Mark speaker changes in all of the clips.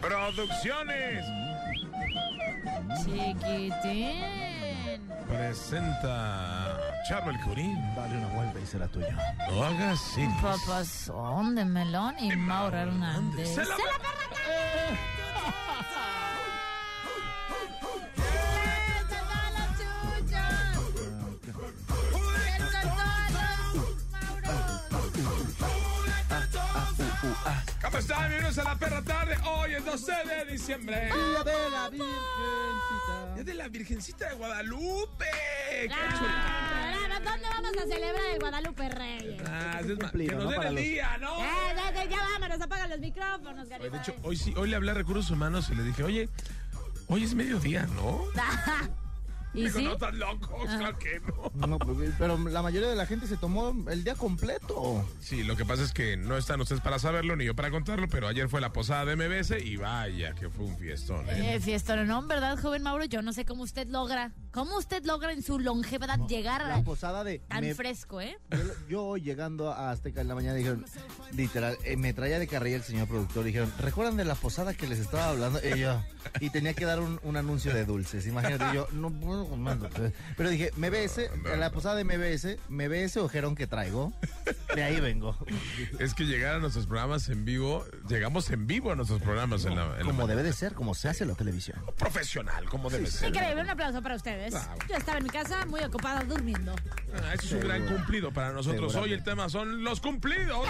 Speaker 1: Producciones
Speaker 2: Chiquitín.
Speaker 1: presenta Charo el Curín.
Speaker 3: Dale una vuelta y será tuya.
Speaker 1: No hagas cine.
Speaker 2: Papazón de melón y Mauro Hernández.
Speaker 1: Se la- Eh. ¿Cómo están? Bienvenidos a la perra tarde. Hoy es 12 de diciembre.
Speaker 3: Día de la Virgencita.
Speaker 1: Es de la Virgencita de Guadalupe. ¡Qué chulada!
Speaker 4: Claro, ¿Dónde vamos a celebrar el Guadalupe Reyes?
Speaker 1: Ah, es más, que
Speaker 3: cumplido,
Speaker 1: nos
Speaker 3: ¿no?
Speaker 1: den
Speaker 3: Para
Speaker 1: el
Speaker 3: los-
Speaker 1: día, ¿no?
Speaker 4: Eh, ya, ya, ya vámonos, apagan los micrófonos,
Speaker 1: Oye, De
Speaker 4: Garibaldi.
Speaker 1: hecho, hoy sí, hoy le hablé a Recursos Humanos y le dije, oye, hoy es mediodía, ¿no?
Speaker 2: ¿Y
Speaker 1: Digo,
Speaker 2: sí?
Speaker 1: no están locos, claro que no.
Speaker 3: No, pues, pero la mayoría de la gente se tomó el día completo.
Speaker 1: Sí, lo que pasa es que no están ustedes para saberlo ni yo para contarlo, pero ayer fue la posada de MBS y vaya que fue un fiestón. ¿eh?
Speaker 2: Eh, fiestón, ¿no? ¿Verdad, joven Mauro? Yo no sé cómo usted logra, cómo usted logra en su longevidad llegar
Speaker 3: La
Speaker 2: a-
Speaker 1: pues,
Speaker 3: posada de.
Speaker 2: tan
Speaker 3: me-
Speaker 2: fresco, ¿eh?
Speaker 3: yo, yo llegando a Azteca en la mañana dijeron, literal, eh, me traía de carrilla el señor productor. Dijeron, ¿recuerdan de la posada que les estaba hablando? Y yo, y tenía que dar un, un anuncio de dulces. Imagínate, yo no puedo comer dulces. Pero dije, MBS, la posada de MBS, MBS ojerón que traigo. De ahí vengo.
Speaker 1: Es que llegar a nuestros programas en vivo, llegamos en vivo a nuestros programas en la, en la
Speaker 3: Como
Speaker 1: mañana.
Speaker 3: debe de ser, como se hace en la televisión.
Speaker 1: profesional, como debe ser.
Speaker 4: Increíble, un aplauso para ustedes.
Speaker 1: Bravo.
Speaker 4: Yo estaba en mi casa muy ocupada durmiendo.
Speaker 1: Ah, eso es un gran cumplido para nosotros. Hoy el tema son los cumplidos.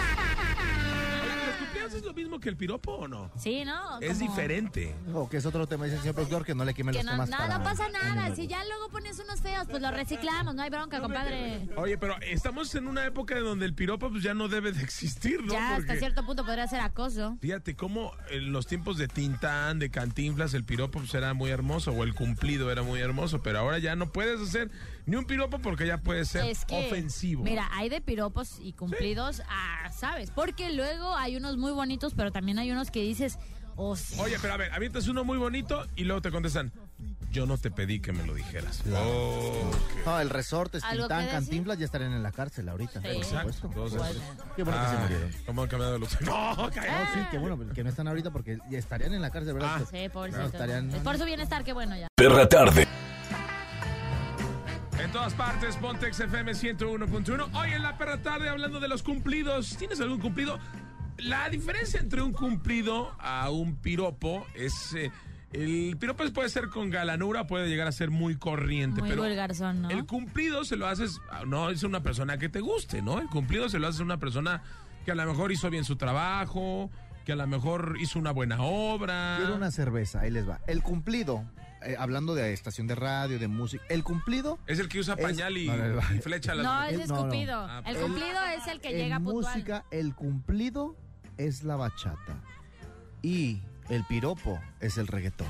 Speaker 1: Oigan, ¿Los cumplidos es lo mismo que el piropo o no?
Speaker 2: Sí, ¿no?
Speaker 1: Es
Speaker 2: Como
Speaker 1: diferente.
Speaker 3: O que es otro tema, dice el señor productor, que no le quemen
Speaker 2: Que
Speaker 3: los
Speaker 2: no,
Speaker 3: temas.
Speaker 2: no,
Speaker 3: para-
Speaker 2: no pasa nada. Si ya luego pones unos feos, pues los reciclamos. No hay bronca, compadre.
Speaker 1: Oye, pero estamos en una época donde el piropo pues, ya no debe de existir, ¿no?
Speaker 2: Ya hasta
Speaker 1: Porque-
Speaker 2: cierto punto podría ser acoso.
Speaker 1: Fíjate cómo en los tiempos de Tintán, de Cantinflas, el piropo pues, era muy hermoso o el cumplido era muy hermoso, pero ahora ya no puedes hacer ni un piropo porque ya puede ser
Speaker 2: Es que,
Speaker 1: ofensivo.
Speaker 2: Mira, hay de piropos y cumplidos, ah, ¿sabes? Porque luego hay unos muy bonitos, pero también hay unos que dices, oh, sí.
Speaker 1: Oye, pero a ver, avientas uno muy bonito y luego te contestan, yo no te pedí que me lo dijeras. Oh, qué-
Speaker 3: No, el resorte,
Speaker 2: ¿Algo que
Speaker 3: Tintán,
Speaker 2: decir?
Speaker 3: Cantinflas ya estarían en la cárcel ahorita.
Speaker 2: Sí.
Speaker 3: por
Speaker 1: Exacto,
Speaker 3: supuesto.
Speaker 1: todos esos.
Speaker 3: Qué bueno que se
Speaker 1: Ah,
Speaker 3: murieron.
Speaker 1: ¿Cómo han cambiado los... No,
Speaker 3: No,
Speaker 1: cállate.
Speaker 3: sí, qué bueno que no están ahorita porque ya estarían en la cárcel, ¿verdad?
Speaker 1: Ah.
Speaker 3: Que-
Speaker 2: Sí,
Speaker 3: no,
Speaker 2: pobrecito.
Speaker 3: estarían-
Speaker 2: Es por su bienestar, qué bueno ya.
Speaker 5: Perra Tarde.
Speaker 1: En todas partes, Pontex FM 101.1. Hoy en la perra tarde hablando de los cumplidos. ¿Tienes algún cumplido? La diferencia entre un cumplido a un piropo es... eh, el piropo puede ser con galanura, puede llegar a ser muy corriente,
Speaker 2: Muy
Speaker 1: pero...
Speaker 2: vulgarzón, ¿no?
Speaker 1: El cumplido se lo haces, no es una persona que te guste, ¿no? El cumplido se lo haces a una persona que a lo mejor hizo bien su trabajo, que a lo mejor hizo una buena obra.
Speaker 3: Ah. Quiero una cerveza, ahí les va. El cumplido, eh, hablando de estación de radio, de música, el cumplido
Speaker 1: Es el que usa
Speaker 3: Es-
Speaker 1: pañal y,
Speaker 3: No, no, no.
Speaker 1: y flecha a las
Speaker 2: No, es
Speaker 3: el- no, no.
Speaker 2: escupido.
Speaker 1: Ah,
Speaker 2: El
Speaker 1: pues.
Speaker 2: cumplido es el que llega
Speaker 3: en
Speaker 2: puntual.
Speaker 3: música, el cumplido es la bachata y el piropo es el reggaetón.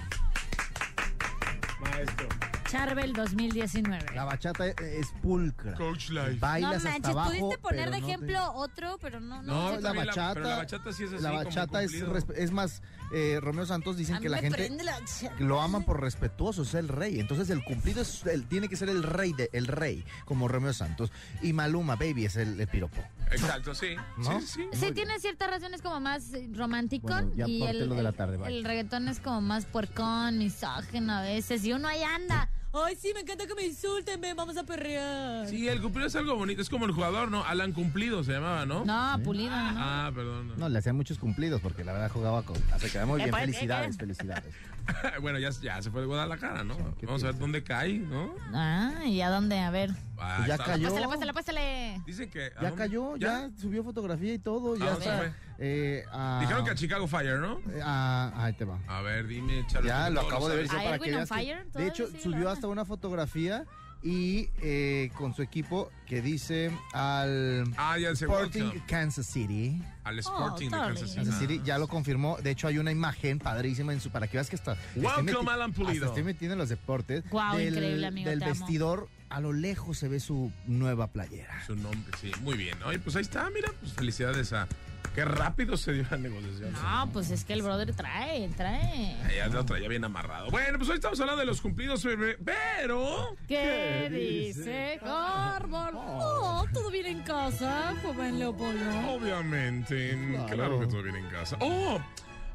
Speaker 2: Charbel 2019.
Speaker 3: La bachata es, es pulcra.
Speaker 1: Coach Life.
Speaker 2: No
Speaker 3: Bailas hasta
Speaker 2: manches,
Speaker 3: abajo.
Speaker 2: pudiste poner
Speaker 3: pero
Speaker 2: de
Speaker 3: no te-
Speaker 2: ejemplo otro, pero
Speaker 1: No,
Speaker 2: no, no,
Speaker 3: No,
Speaker 2: sé
Speaker 3: la
Speaker 2: por-
Speaker 1: pero la-
Speaker 3: bachata.
Speaker 1: pero la bachata sí es así
Speaker 3: La
Speaker 1: como
Speaker 3: bachata es,
Speaker 1: cumplido.
Speaker 3: resp- es más, eh, Romeo Santos dicen
Speaker 2: A
Speaker 3: que
Speaker 2: mí
Speaker 3: la
Speaker 2: me
Speaker 3: gente
Speaker 2: prende la-
Speaker 3: lo aman por respetuoso, es el rey. Entonces el cumplido es el- tiene que ser el rey, de, el rey, como Romeo Santos. Y Maluma, baby, es el, el piropo.
Speaker 1: Exacto, sí. Sí,
Speaker 3: ¿No?
Speaker 1: sí. sí.
Speaker 2: Sí,
Speaker 3: Muy
Speaker 2: tiene ciertas razones como más eh, romanticón
Speaker 3: Bueno, ya
Speaker 2: y
Speaker 3: aparte
Speaker 2: el,
Speaker 3: lo de la
Speaker 2: el-
Speaker 3: tarde, bye.
Speaker 2: el reggaetón es como más puercón, misógeno a veces y uno ahí anda. Ay, sí, me encanta que me insulten, ven, vamos a perrear.
Speaker 1: Sí, el cumplido es algo bonito. Es como el jugador, ¿no? Alan Cumplido se llamaba, ¿no?
Speaker 2: No, pulido, ¿no?
Speaker 1: Ah, perdón.
Speaker 3: No, le hacían muchos cumplidos porque la verdad jugaba con. ah, Se quedaba muy
Speaker 2: Eh,
Speaker 3: bien.
Speaker 2: pues,
Speaker 3: Felicidades,
Speaker 2: eh,
Speaker 3: felicidades.
Speaker 1: bueno, ya, ya se fue de Guadalajara, ¿no?
Speaker 3: qué
Speaker 1: Vamos a ver dónde cae, ¿no?
Speaker 2: Ah, ¿y a dónde? A ver.
Speaker 1: Ah,
Speaker 3: Pues ya
Speaker 1: está-
Speaker 3: cayó.
Speaker 2: Pásale, pásale, pásale.
Speaker 1: Dicen que. ¿a
Speaker 3: Ya
Speaker 1: dónde?
Speaker 3: cayó, ya, subió fotografía y todo. Ya
Speaker 1: Ah, dónde
Speaker 3: está.
Speaker 1: fue?
Speaker 3: eh, a-
Speaker 1: Dijeron que a Chicago Fire, ¿no?
Speaker 3: eh, a- ahí te va.
Speaker 1: A ver, dime, Charles.
Speaker 3: Ya,
Speaker 1: tú
Speaker 3: lo
Speaker 1: todo
Speaker 3: acabo de ver.
Speaker 1: sabes.
Speaker 3: ya
Speaker 2: ¿A
Speaker 3: para
Speaker 2: Edwin
Speaker 3: que
Speaker 2: on
Speaker 3: veas que-
Speaker 2: Fire?
Speaker 3: de
Speaker 2: Todavía
Speaker 3: hecho,
Speaker 2: sigue
Speaker 3: subió
Speaker 2: grabando.
Speaker 3: hasta una fotografía y eh, con su equipo que dice al
Speaker 1: Ah, ya se
Speaker 3: Sporting
Speaker 1: welcome.
Speaker 3: Kansas City.
Speaker 1: Al Sporting de Kansas City.
Speaker 3: Kansas City ya lo confirmó. De hecho, hay una imagen padrísima en su para que veas que está.
Speaker 1: Welcome,
Speaker 3: estoy meti-
Speaker 1: Alan Pulido.
Speaker 3: hasta estoy metido en los deportes.
Speaker 2: Guau, increíble, amigo,
Speaker 3: Del
Speaker 2: te amo.
Speaker 3: vestidor a lo lejos se ve su nueva playera.
Speaker 1: Su nombre, sí, muy bien. Oye, pues ahí está, mira, pues felicidades a. Qué rápido se dio la negociación.
Speaker 2: No, pues es que el brother trae, trae.
Speaker 1: Ya lo traía bien amarrado. Bueno, pues hoy estamos hablando de los cumplidos, bebé, pero.
Speaker 4: ¿Qué dice Carmón? Oh, todo bien en casa, joven Leopoldo.
Speaker 1: Obviamente, claro que todo viene en casa. ¡Oh!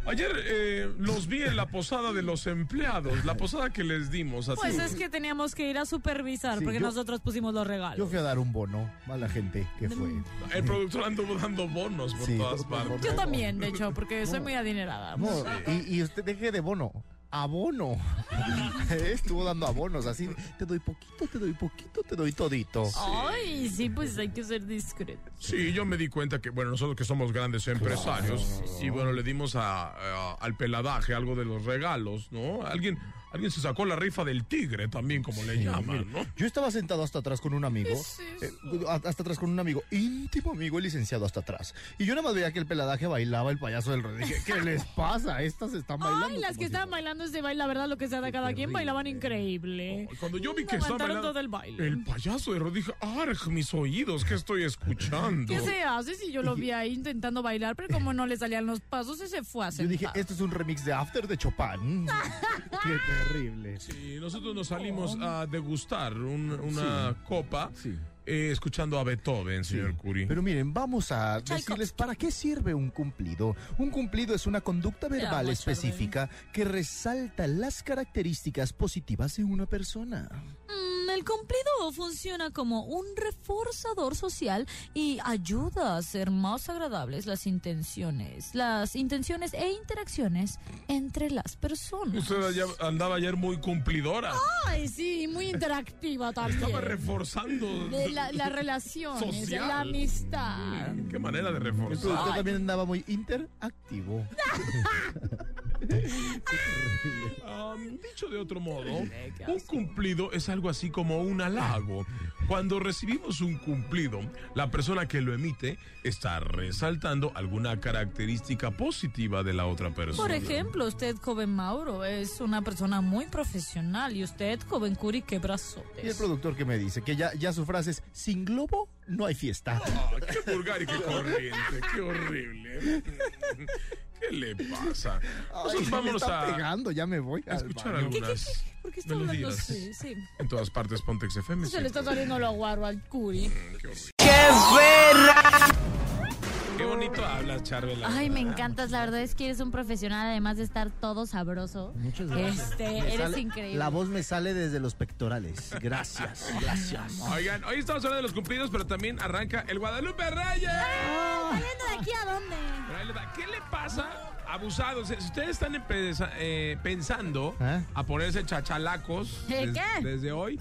Speaker 1: Ayer eh, los vi en la posada de los empleados, la posada que les dimos a
Speaker 4: Pues
Speaker 1: ti.
Speaker 4: es que teníamos que ir a supervisar
Speaker 3: Sí,
Speaker 4: porque
Speaker 3: yo-
Speaker 4: nosotros pusimos los
Speaker 3: Yo
Speaker 4: regalos.
Speaker 3: fui a dar un bono a la gente que fue.
Speaker 1: El productor anduvo dando bonos por
Speaker 3: Sí.
Speaker 1: todas partes.
Speaker 4: Yo, también, de hecho, porque soy muy adinerada.
Speaker 3: No, y, y usted deje de bono. Abono. Estuvo dando abonos, así. Te doy poquito, te doy poquito, te doy todito.
Speaker 4: Ay, sí, pues hay que ser discreto.
Speaker 1: Sí, yo me di cuenta que, bueno, nosotros que somos grandes empresarios, y bueno, le dimos a- a- al peladaje algo de los regalos, ¿no? Alguien, alguien se sacó la rifa del tigre también, como le llaman, ¿no?
Speaker 3: Yo estaba sentado hasta atrás con un amigo. eh, a- hasta atrás con un amigo, íntimo amigo, el licenciado hasta atrás. Y yo nada más veía que el peladaje bailaba el payaso del rey. Dije, ¿qué les pasa? Estas están bailando.
Speaker 4: Ay, las
Speaker 3: como
Speaker 4: que
Speaker 3: si
Speaker 4: estaban
Speaker 3: fuera-
Speaker 4: bailando ese baile, la verdad, lo que sea de cada quien,
Speaker 3: terrible.
Speaker 4: bailaban increíble.
Speaker 1: Cuando yo vi que
Speaker 4: No
Speaker 1: estaba
Speaker 4: aguantaron
Speaker 1: bailando
Speaker 4: todo el baile.
Speaker 1: el payaso de Rod, dije, ¡arg, mis oídos! ¿Qué estoy escuchando?
Speaker 4: ¿Qué se hace si yo lo vi ahí intentando bailar, pero como no le salían los pasos, se fue a hacer.
Speaker 3: Yo dije, esto es un remix de After de Chopin. Qué terrible.
Speaker 1: Sí, nosotros nos salimos a degustar un- una copa
Speaker 3: Sí.
Speaker 1: eh, escuchando a Beethoven, señor Curie.
Speaker 3: Pero miren, vamos a decirles para qué sirve un cumplido. Un cumplido es una conducta verbal específica que resalta las características positivas de una persona.
Speaker 6: Mm, El cumplido funciona como un reforzador social y ayuda a ser más agradables las intenciones, las intenciones e interacciones entre las personas.
Speaker 1: Usted allá- andaba ayer muy cumplidora.
Speaker 4: Ay, sí, muy interactiva
Speaker 1: Estaba
Speaker 4: también.
Speaker 1: reforzando.
Speaker 4: De la, las relaciones,
Speaker 1: Social.
Speaker 4: la amistad.
Speaker 1: Qué manera de
Speaker 3: El
Speaker 1: reforzar.
Speaker 3: productor también andaba muy interactivo.
Speaker 1: Um, dicho de otro modo, un cumplido es algo así como un halago. Cuando recibimos un cumplido, la persona que lo emite está resaltando alguna característica positiva de la otra persona.
Speaker 6: Por ejemplo, usted, joven Mauro, es una persona muy profesional y usted, joven Curi, qué
Speaker 3: Y el
Speaker 6: brazotes.
Speaker 3: productor que me dice que ya, ya su frase es, sin globo no hay fiesta.
Speaker 1: Ah, qué vulgar y qué corriente, qué horrible. ¿Qué le pasa? Nosotros
Speaker 3: Ay, me
Speaker 1: vámonos
Speaker 3: está
Speaker 1: a,
Speaker 3: pegando, ya me voy.
Speaker 1: a
Speaker 3: al
Speaker 1: escuchar
Speaker 3: baño.
Speaker 1: algunas
Speaker 6: ¿Por qué está hablando
Speaker 1: melodías.
Speaker 6: así? Sí.
Speaker 1: En todas partes, Pontex FM.
Speaker 4: Se le está saliendo lo aguaro al Curi.
Speaker 1: Qué bonito hablas, Charvela.
Speaker 2: Ay, me encantas. La verdad es que eres un profesional, además de estar todo sabroso.
Speaker 3: Muchas gracias.
Speaker 2: Este,
Speaker 3: Me
Speaker 2: eres
Speaker 3: sale-
Speaker 2: increíble.
Speaker 3: La voz me sale desde los pectorales. Gracias, gracias.
Speaker 1: Oigan, hoy estamos hablando de los cumplidos, pero también arranca el Guadalupe Reyes.
Speaker 2: Ah, ¿Saliendo de aquí a dónde?
Speaker 1: Pero ahí les va. ¿Qué le pasa? Abusados. Si ustedes están empeza- eh, pensando
Speaker 3: ¿Eh?
Speaker 1: a ponerse chachalacos
Speaker 2: ¿Eh,
Speaker 1: des-
Speaker 2: qué?
Speaker 1: desde hoy,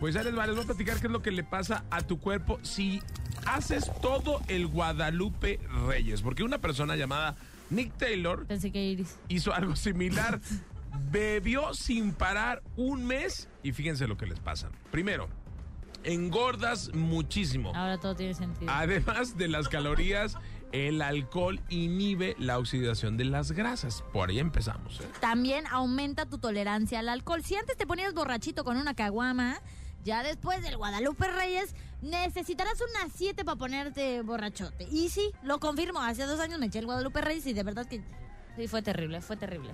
Speaker 1: pues ya les, va, les voy a platicar qué es lo que le pasa a tu cuerpo si haces todo el Guadalupe Reyes. Porque una persona llamada Nick Taylor
Speaker 2: Pensé que Iris.
Speaker 1: hizo algo similar. Bebió sin parar un mes y fíjense lo que les pasa. Primero, engordas muchísimo.
Speaker 2: Ahora todo tiene sentido.
Speaker 1: Ah. Además de las calorías, el alcohol inhibe la oxidación de las grasas. Por ahí empezamos. ¿eh?
Speaker 2: También aumenta tu tolerancia al alcohol. Si antes te ponías borrachito con una caguama, ya después del Guadalupe Reyes necesitarás unas siete para ponerte borrachote. Y sí, lo confirmo. Hace dos años me eché el Guadalupe Reyes y de verdad que sí, fue terrible, fue terrible.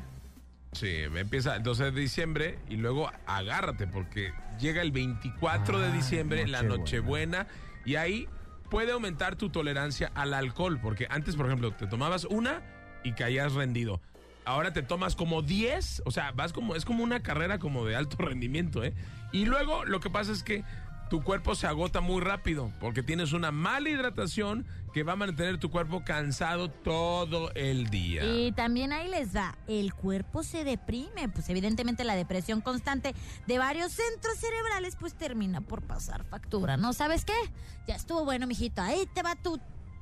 Speaker 1: Sí, empieza el 12 de diciembre y luego agárrate porque llega el 24 de
Speaker 3: Ah,
Speaker 1: diciembre, la
Speaker 3: Nochebuena.
Speaker 1: Nochebuena, y ahí puede aumentar tu tolerancia al alcohol. Porque antes, por ejemplo, te tomabas una y caías rendido. Ahora te tomas como 10, o sea, vas como, es como una carrera como de alto rendimiento, ¿eh? Y luego lo que pasa es que tu cuerpo se agota muy rápido porque tienes una mala hidratación que va a mantener tu cuerpo cansado todo el día.
Speaker 2: Y también ahí les va, el cuerpo se deprime, pues evidentemente la depresión constante de varios centros cerebrales pues termina por pasar factura, ¿no? ¿Sabes qué? Ya estuvo bueno, mijito, ahí te va tu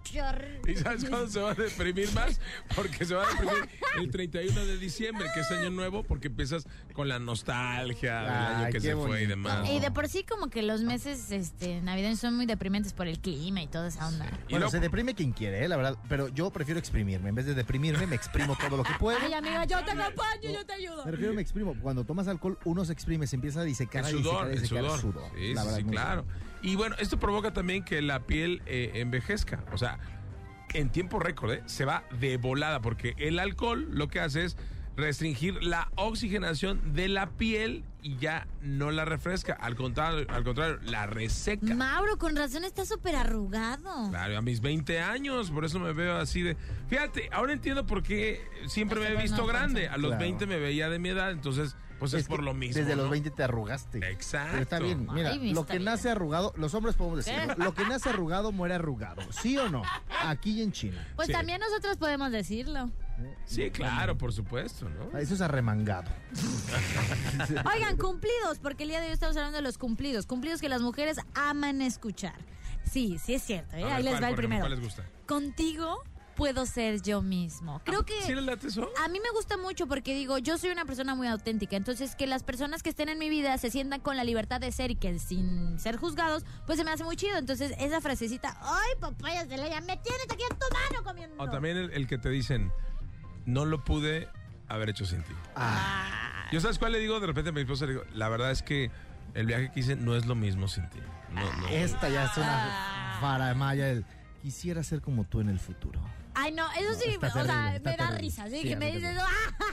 Speaker 2: Qué horror.
Speaker 1: ¿Y sabes cuándo se va a deprimir más? Porque se va a deprimir el 31 de diciembre, que es año nuevo, porque empiezas con la nostalgia del
Speaker 3: Ay,
Speaker 1: año que
Speaker 3: qué
Speaker 1: se fue y
Speaker 3: bonito.
Speaker 4: Ah.
Speaker 1: demás.
Speaker 2: Y de por sí como que los meses este, navideños son muy deprimentes por el clima y toda esa onda.
Speaker 1: Y
Speaker 3: Bueno,
Speaker 1: luego-
Speaker 3: se deprime quien quiere, eh, la verdad. Pero yo prefiero exprimirme. En vez de deprimirme, me exprimo todo lo que puedo.
Speaker 4: Ay, amiga, yo te acompaño, yo te ayudo.
Speaker 3: Me refiero, me exprimo. Cuando tomas alcohol, uno se exprime, se empieza a
Speaker 1: el
Speaker 3: disecar, a
Speaker 1: sudor, el
Speaker 3: disecar, a
Speaker 1: sudor.
Speaker 3: disecar sudor.
Speaker 1: Sí,
Speaker 3: La
Speaker 1: sí,
Speaker 3: verdad,
Speaker 1: sí,
Speaker 3: muy
Speaker 1: claro. Y bueno, esto provoca también que la piel eh, envejezca. O sea, en tiempo récord, ¿eh? se va de volada, porque el alcohol lo que hace es restringir la oxigenación de la piel y ya no la refresca. Al contrario, al contrario la reseca.
Speaker 2: Mauro, con razón está súper arrugado.
Speaker 1: Claro, a mis 20 años, por eso me veo así de... Fíjate, ahora entiendo por qué siempre me he
Speaker 2: Ese
Speaker 1: visto
Speaker 2: no alcanza.
Speaker 1: grande. A los
Speaker 3: Claro.
Speaker 1: 20 me veía de mi edad, entonces pues es,
Speaker 3: que
Speaker 1: por lo mismo.
Speaker 3: Desde los
Speaker 1: ¿no?
Speaker 3: 20 te arrugaste.
Speaker 1: Exacto.
Speaker 3: Pero está bien, mira,
Speaker 2: Ay, mi
Speaker 3: lo
Speaker 2: está
Speaker 3: que
Speaker 2: bien.
Speaker 3: nace arrugado, los hombres podemos decir,
Speaker 2: ¿Eh?
Speaker 3: lo que nace arrugado muere arrugado, ¿sí o no? Aquí y en China.
Speaker 2: Pues
Speaker 1: Sí.
Speaker 2: también nosotros podemos decirlo.
Speaker 1: Sí, claro, por supuesto, ¿no?
Speaker 3: Eso es arremangado.
Speaker 2: Oigan, cumplidos, porque el día de hoy estamos hablando de los cumplidos. Cumplidos que las mujeres aman escuchar. Sí, sí es cierto. ¿eh?
Speaker 1: A ver,
Speaker 2: Ahí les
Speaker 1: ¿cuál,
Speaker 2: va el
Speaker 1: por ejemplo?
Speaker 2: primero.
Speaker 1: ¿Cuál les gusta?
Speaker 2: Contigo puedo ser yo
Speaker 3: Ah,
Speaker 2: mismo. Creo que...
Speaker 1: ¿Sí les late eso?
Speaker 2: A mí me gusta mucho porque digo, yo soy una persona muy auténtica, entonces que las personas que estén en mi vida se sientan con la libertad de ser y que sin ser juzgados, pues se me hace muy chido. Entonces esa frasecita, ay papaya de Leia, me tienes aquí en tu mano comiendo.
Speaker 3: Ah,
Speaker 1: O también el, el que te dicen, no lo pude haber hecho sin ti.
Speaker 3: Ah.
Speaker 1: ¿Yo sabes cuál le digo? De repente a mi esposa le digo, la verdad es que el viaje que hice no es lo mismo sin ti. No, no.
Speaker 3: Esta ya es
Speaker 1: Ah.
Speaker 3: una faramaya el quisiera ser como tú en el futuro.
Speaker 2: Ay no, eso
Speaker 3: No,
Speaker 2: sí,
Speaker 3: está
Speaker 2: o sea,
Speaker 3: terrible,
Speaker 2: me
Speaker 3: está
Speaker 2: da
Speaker 3: terrible.
Speaker 2: risa, sí,
Speaker 3: Sí,
Speaker 2: que
Speaker 3: a
Speaker 2: me
Speaker 3: mí
Speaker 2: dices,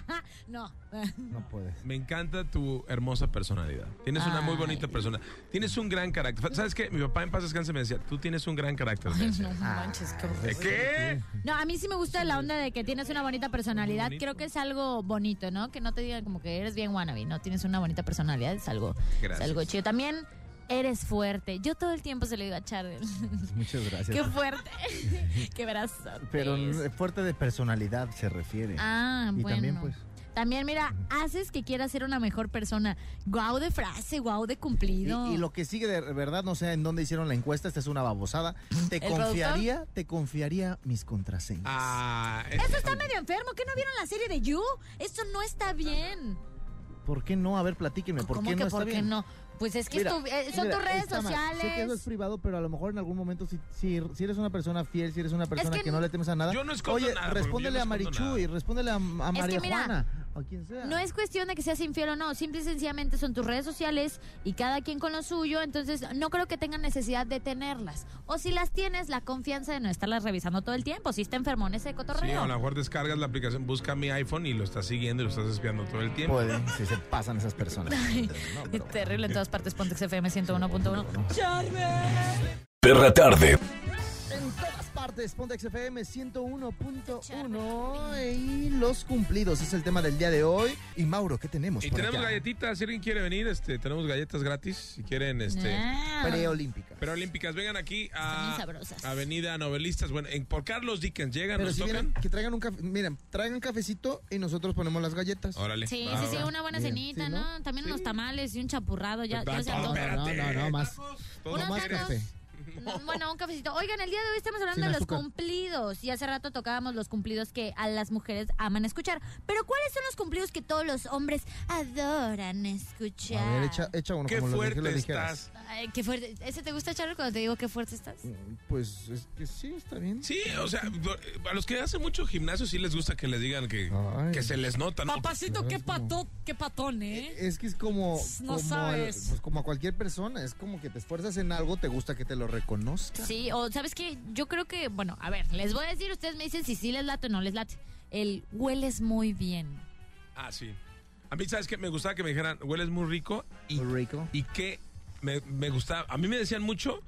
Speaker 2: "Ah, no.
Speaker 3: No puedes.
Speaker 1: Me encanta tu hermosa personalidad. Tienes una muy bonita persona. Tienes un gran carácter. ¿Sabes qué? Mi papá en paz descanse me decía, tú tienes un gran carácter. me decía.
Speaker 6: manches, qué
Speaker 3: Ah.
Speaker 1: ¿De qué?
Speaker 2: No, a mí sí me gusta la onda de que tienes una bonita personalidad,
Speaker 1: Bonito.
Speaker 2: creo que es algo bonito, ¿no? Que no te digan como que eres bien wannabe, no tienes una bonita personalidad, es algo, es
Speaker 1: Gracias.
Speaker 2: algo chido. También eres fuerte. Yo todo el tiempo se lo digo a Charles.
Speaker 3: Muchas gracias.
Speaker 2: Qué fuerte. Qué brazo. Pues.
Speaker 3: Pero n- fuerte de personalidad se refiere.
Speaker 2: Ah,
Speaker 3: y
Speaker 2: bueno.
Speaker 3: también pues
Speaker 2: También, mira, haces que quieras ser una mejor persona. Guau de frase, guau de
Speaker 3: Y,
Speaker 2: cumplido.
Speaker 3: y lo que sigue de verdad, no sé en dónde hicieron la encuesta, esta es una babosada. Te confiaría, te confiaría mis contraseñas.
Speaker 1: Ah, eh,
Speaker 2: Eso está medio enfermo. ¿Qué no vieron la serie de You? Esto no está bien.
Speaker 3: ¿Por qué no? A ver, platíquenme, ¿por
Speaker 2: ¿Cómo
Speaker 3: qué
Speaker 2: que
Speaker 3: no está
Speaker 2: por qué
Speaker 3: bien?
Speaker 2: no? Pues es que
Speaker 3: Mira,
Speaker 2: es tu- eh, son
Speaker 3: mira,
Speaker 2: tus redes
Speaker 3: está mal. Sé que eso es
Speaker 2: sociales.
Speaker 3: privado, pero a lo mejor en algún momento, si, si, si eres una persona fiel, si eres una persona
Speaker 2: que
Speaker 3: que, no le temes a nada.
Speaker 1: yo no escondo
Speaker 3: Oye,
Speaker 1: nada, porque
Speaker 3: respóndele
Speaker 1: yo no
Speaker 3: a
Speaker 1: escondo
Speaker 3: Marichuy, respóndele a, a María
Speaker 2: mira,
Speaker 3: Juana, a quien sea.
Speaker 2: No es cuestión de que seas infiel o no, simple y sencillamente son tus redes sociales y cada quien con lo suyo, entonces no creo que tengan necesidad de tenerlas. O si las tienes, la confianza de no estarlas revisando todo el tiempo, si está enfermón ese cotorreo.
Speaker 1: Sí, o a lo mejor descargas la aplicación, busca mi iPhone y lo estás siguiendo y lo estás espiando todo el tiempo.
Speaker 3: Pueden, si se pasan esas personas. No, pero bueno.
Speaker 2: Terrible en todas partes, Pontex FM 101.1.
Speaker 5: Perra tarde.
Speaker 3: En todas partes, Ponte XFM 101.1 y los cumplidos es el tema del día de hoy. Y Mauro, ¿qué tenemos
Speaker 1: Y
Speaker 3: por
Speaker 1: tenemos
Speaker 3: acá?
Speaker 1: galletitas, si alguien quiere venir, este, tenemos galletas gratis, si quieren, este.
Speaker 2: Ah,
Speaker 3: Preolímpicas.
Speaker 1: Preolímpicas, vengan aquí a
Speaker 2: Están bien sabrosas.
Speaker 1: Avenida Novelistas, bueno, en- por Carlos Dickens, llegan,
Speaker 3: Pero
Speaker 1: nos
Speaker 3: si
Speaker 1: tocan.
Speaker 3: vienen, que traigan un café, miren, traigan cafecito y nosotros ponemos las galletas.
Speaker 1: Órale.
Speaker 2: Sí,
Speaker 1: va,
Speaker 2: sí,
Speaker 1: va.
Speaker 2: sí, una buena
Speaker 3: Ah, Bien,
Speaker 2: cenita,
Speaker 3: sí,
Speaker 2: ¿no?
Speaker 3: ¿no?
Speaker 2: También unos tamales y un chapurrado, ya, ya
Speaker 1: Tacos,
Speaker 2: se antoja.
Speaker 1: espérate.
Speaker 3: No, no, no, más.
Speaker 1: Tacos, todo
Speaker 2: Unos
Speaker 3: No más
Speaker 1: quieres.
Speaker 3: café.
Speaker 2: Mm, Bueno, un cafecito. Oigan, el día de hoy estamos hablando
Speaker 3: Sin
Speaker 2: de los
Speaker 3: azúcar.
Speaker 2: cumplidos. Y hace rato tocábamos los cumplidos que a las mujeres aman escuchar. Pero ¿cuáles son los cumplidos que todos los hombres adoran escuchar?
Speaker 3: A ver, echa, echa uno
Speaker 1: Qué
Speaker 3: como lo dije- lo
Speaker 1: fuerte
Speaker 3: dijeras.
Speaker 1: estás.
Speaker 2: Ay, qué fuerte. ¿Ese te gusta, Charlie, cuando te digo qué fuerte estás?
Speaker 3: Mm, Pues es que sí, está bien.
Speaker 1: Sí, o sea, a los que hacen mucho gimnasio sí les gusta que les digan que,
Speaker 3: Ay.
Speaker 1: que se les nota, ¿no?
Speaker 6: Papacito, qué pato, qué patón, ¿eh?
Speaker 3: Es que es como.
Speaker 6: No
Speaker 3: como
Speaker 6: sabes.
Speaker 3: al- pues como a cualquier persona. Es como que te esfuerzas en algo, te gusta que te lo reconozca.
Speaker 2: Sí, o ¿sabes qué? Yo creo que, bueno, a ver, les voy a decir, ustedes me dicen si sí les late o no les late. El hueles muy bien.
Speaker 1: Ah, sí. A mí, ¿sabes qué? Me gustaba que me dijeran, hueles muy rico y,
Speaker 3: Muy rico.
Speaker 1: y que me, me gustaba. A mí me decían mucho,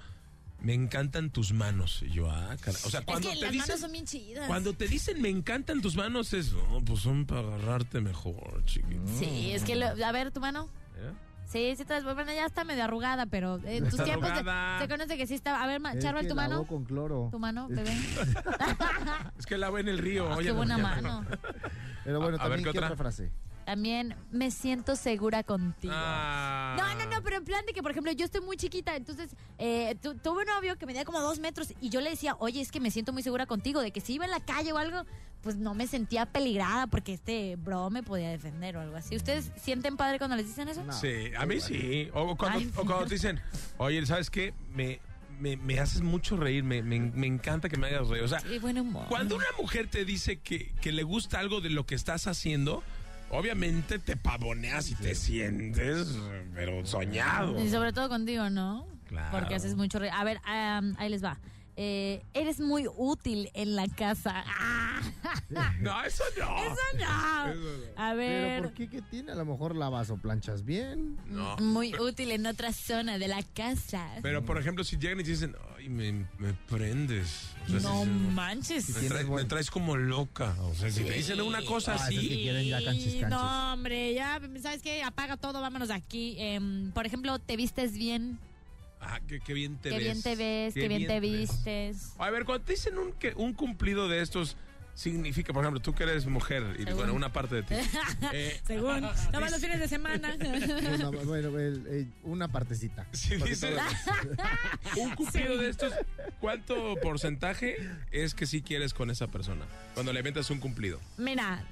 Speaker 1: me encantan tus manos. Y yo, ah, cara. O sea, cuando
Speaker 2: es que
Speaker 1: te
Speaker 2: las
Speaker 1: dicen.
Speaker 2: manos son bien chidas.
Speaker 1: Cuando te dicen me encantan tus manos, es. No, pues son para agarrarte mejor, chiquito.
Speaker 3: Mm.
Speaker 2: Sí, es que, lo- a ver, tu mano.
Speaker 1: Mm. ¿Eh?
Speaker 2: Sí, sí, traes, bueno, ya está medio arrugada, pero en tus
Speaker 1: Está
Speaker 2: tiempos de-
Speaker 1: arrugada.
Speaker 2: se conoce que sí está. A ver, ma-
Speaker 3: Es
Speaker 2: Charvel,
Speaker 3: que
Speaker 2: tu
Speaker 3: la
Speaker 2: mano.
Speaker 3: hago con cloro.
Speaker 2: Tu mano, bebé.
Speaker 1: Es que la ve en el río.
Speaker 2: Ah,
Speaker 1: oye,
Speaker 2: qué
Speaker 1: no,
Speaker 2: buena
Speaker 1: ya.
Speaker 2: mano.
Speaker 3: Pero bueno,
Speaker 1: A- a ver,
Speaker 3: también
Speaker 1: ¿qué
Speaker 3: ¿qué
Speaker 1: otra?
Speaker 3: otra frase.
Speaker 2: También me siento segura contigo.
Speaker 1: Ah.
Speaker 7: No, no, no, pero en plan de que, por ejemplo, yo estoy muy chiquita, entonces eh, tu- tuve un novio que medía como dos metros y yo le decía, oye, es que me siento muy segura contigo, de que si iba en la calle o algo, pues no me sentía peligrada porque este bro me podía defender o algo así. ¿Ustedes sienten padre cuando les dicen eso?
Speaker 1: Sí, a mí sí. O cuando,
Speaker 7: Ay,
Speaker 1: o cuando te dicen, oye, ¿sabes qué? Me, me, me haces mucho reír, me, me, me encanta que me hagas reír. O sea,
Speaker 2: Qué buen humor.
Speaker 1: cuando una mujer te dice que, que le gusta algo de lo que estás haciendo, obviamente te pavoneas y te sientes, pero soñado.
Speaker 2: Y sobre todo contigo, ¿no?
Speaker 1: Claro.
Speaker 2: Porque haces mucho re- A ver, am, ahí les va. Eh, eres muy útil en la casa. ¡Ah!
Speaker 1: No, eso no.
Speaker 2: ¡Eso no!
Speaker 1: Eso
Speaker 2: A
Speaker 3: Pero
Speaker 2: ver,
Speaker 3: ¿por qué? ¿Qué tiene? A lo mejor lavas o planchas bien.
Speaker 1: no. No.
Speaker 2: muy útil en otra zona de la casa.
Speaker 1: Pero, por ejemplo, si llegan y te dicen, ay, me, me prendes. O sea,
Speaker 2: No
Speaker 1: si-
Speaker 2: manches.
Speaker 1: me, traes, me traes como loca. O sea, si te dicen una cosa
Speaker 3: Ah,
Speaker 1: así.
Speaker 3: es que quieren ya canchis,
Speaker 2: Sí,
Speaker 3: canchis.
Speaker 2: No, hombre, ya, ¿sabes qué? Apaga todo, vámonos de aquí. Em, por ejemplo, te vistes bien,
Speaker 1: Ah, qué, qué bien te
Speaker 2: qué
Speaker 1: ves.
Speaker 2: bien te ves, qué bien te
Speaker 1: ves.
Speaker 2: vistes.
Speaker 1: A ver, cuando te dicen un, que, un cumplido de estos, significa, por ejemplo, tú que eres mujer, y
Speaker 2: Según.
Speaker 1: bueno, una parte de ti. Eh,
Speaker 2: Según, nada más los fines de semana.
Speaker 3: Una, bueno, el- el- una partecita.
Speaker 1: si dices un cumplido de estos, ¿cuánto porcentaje es que sí quieres con esa persona? Cuando le inventas un cumplido.
Speaker 2: Mira,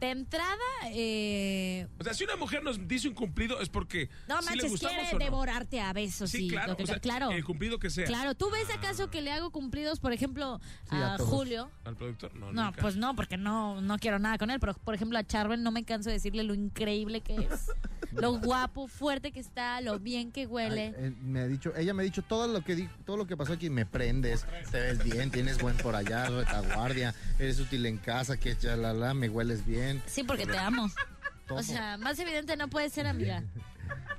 Speaker 2: de entrada, eh,
Speaker 1: O sea, si una mujer nos dice un cumplido es porque
Speaker 7: No
Speaker 1: sí le
Speaker 7: manches,
Speaker 1: gustamos
Speaker 7: quiere
Speaker 1: o no.
Speaker 7: devorarte a besos.
Speaker 1: Sí,
Speaker 7: y
Speaker 1: claro,
Speaker 7: lo que-
Speaker 1: o sea,
Speaker 7: claro.
Speaker 1: El Ah. cumplido que sea.
Speaker 2: claro, ¿tú ves acaso que le hago cumplidos, por ejemplo,
Speaker 3: Sí, a
Speaker 2: a
Speaker 3: todos.
Speaker 2: Julio?
Speaker 1: ¿Al productor? No,
Speaker 2: No,
Speaker 1: nunca.
Speaker 2: pues no, porque no, no quiero nada con él. Pero, por ejemplo, a Charvel no me canso de decirle lo increíble que es. lo guapo, fuerte que está, lo bien que huele.
Speaker 3: Ay, eh, me ha dicho, ella me ha dicho todo lo que di- todo lo que pasó aquí, me prendes, te ves bien, tienes buen por allá, retaguardia, eres útil en casa, que ya la la, me hueles bien.
Speaker 2: Sí, porque te amo.
Speaker 3: Todo.
Speaker 2: O sea, más evidente no puede ser, amiga.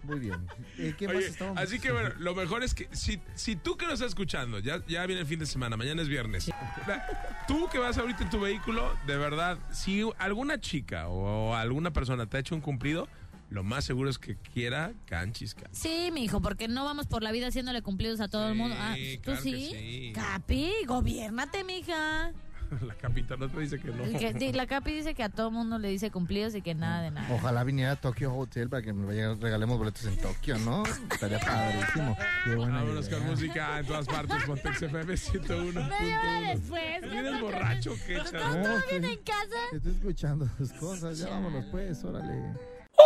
Speaker 3: Muy bien. Eh, ¿Qué más
Speaker 1: Oye,
Speaker 3: estábamos?
Speaker 1: así que bueno, lo mejor es que si, si tú que nos estás escuchando, ya, ya viene el fin de semana, mañana es viernes. La- Tú que vas ahorita en tu vehículo, de verdad, si alguna chica o alguna persona te ha hecho un cumplido, lo más seguro es que quiera canchisca.
Speaker 2: Sí, mi hijo, porque no vamos por la vida haciéndole cumplidos a todo el
Speaker 1: Sí,
Speaker 2: mundo. Ah, ¿tú
Speaker 1: claro que
Speaker 2: sí?
Speaker 1: sí.
Speaker 2: Capi, gobiérnate, mija.
Speaker 1: La capitana te dice que no.
Speaker 2: Que- di- la Capi dice que a todo mundo le dice cumplidos y que nada de nada.
Speaker 3: Ojalá viniera a Tokyo Hotel para que me vaya- regalemos boletos en Tokio, ¿no? Estaría padrísimo. Qué buena
Speaker 1: Vámonos
Speaker 3: idea.
Speaker 1: con música en todas partes, Pontex FM 101.
Speaker 2: Media hora después. ¿qué
Speaker 1: ¿Vienes
Speaker 2: onda con-
Speaker 1: borracho qué, Charo?
Speaker 2: ¿Todo
Speaker 3: No,
Speaker 2: bien
Speaker 3: estoy-
Speaker 2: en casa?
Speaker 3: Estoy escuchando tus cosas, ya vámonos pues, órale.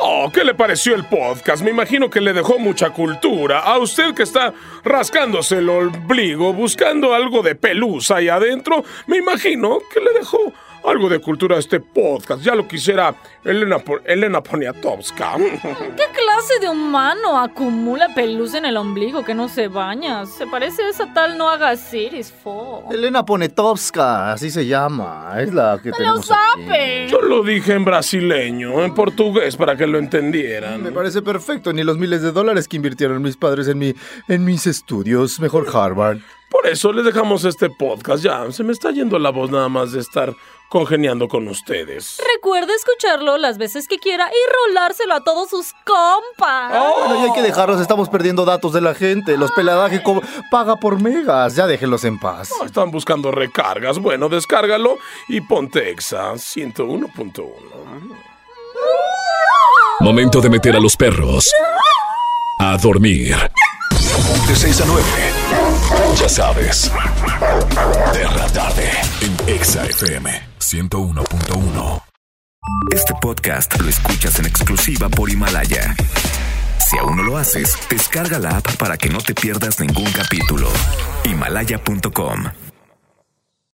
Speaker 8: Oh, ¿qué le pareció el podcast? Me imagino que le dejó mucha cultura. A usted que está rascándose el ombligo, buscando algo de pelusa ahí adentro, me imagino que le dejó algo de cultura a este podcast. Ya lo quisiera Elena, Po- Elena Poniatowska.
Speaker 9: ¿Qué clase de humano acumula pelusa en el ombligo que no se baña? Se parece a esa tal no hagas Siris, fo.
Speaker 3: Elena Ponetovska, así se llama, es la que
Speaker 9: ¡Lo sabe!
Speaker 8: Yo lo dije en brasileño, en portugués, para que lo
Speaker 3: Me
Speaker 8: entendieran.
Speaker 3: parece perfecto, ni los miles de dólares que invirtieron mis padres en mi en mis estudios, mejor Harvard.
Speaker 8: Por eso le dejamos este podcast. Ya, se me está yendo la voz nada más de estar congeniando con ustedes.
Speaker 9: Recuerda escucharlo las veces que quiera y rolárselo a todos sus compas.
Speaker 3: Bueno, y hay que dejarlos, estamos perdiendo datos de la gente, los peladaje co- paga por megas, ya déjenlos en paz.
Speaker 8: No, están buscando recargas. Bueno, descárgalo y ponte Exa 101.1.
Speaker 5: Momento de meter a los perros a dormir.
Speaker 8: De 6 a 9.
Speaker 5: Ya sabes. De la tarde en Exa FM 101.1.
Speaker 10: Este podcast lo escuchas en exclusiva por Himalaya. Si aún no lo haces, descarga la app para que no te pierdas ningún capítulo. Himalaya.com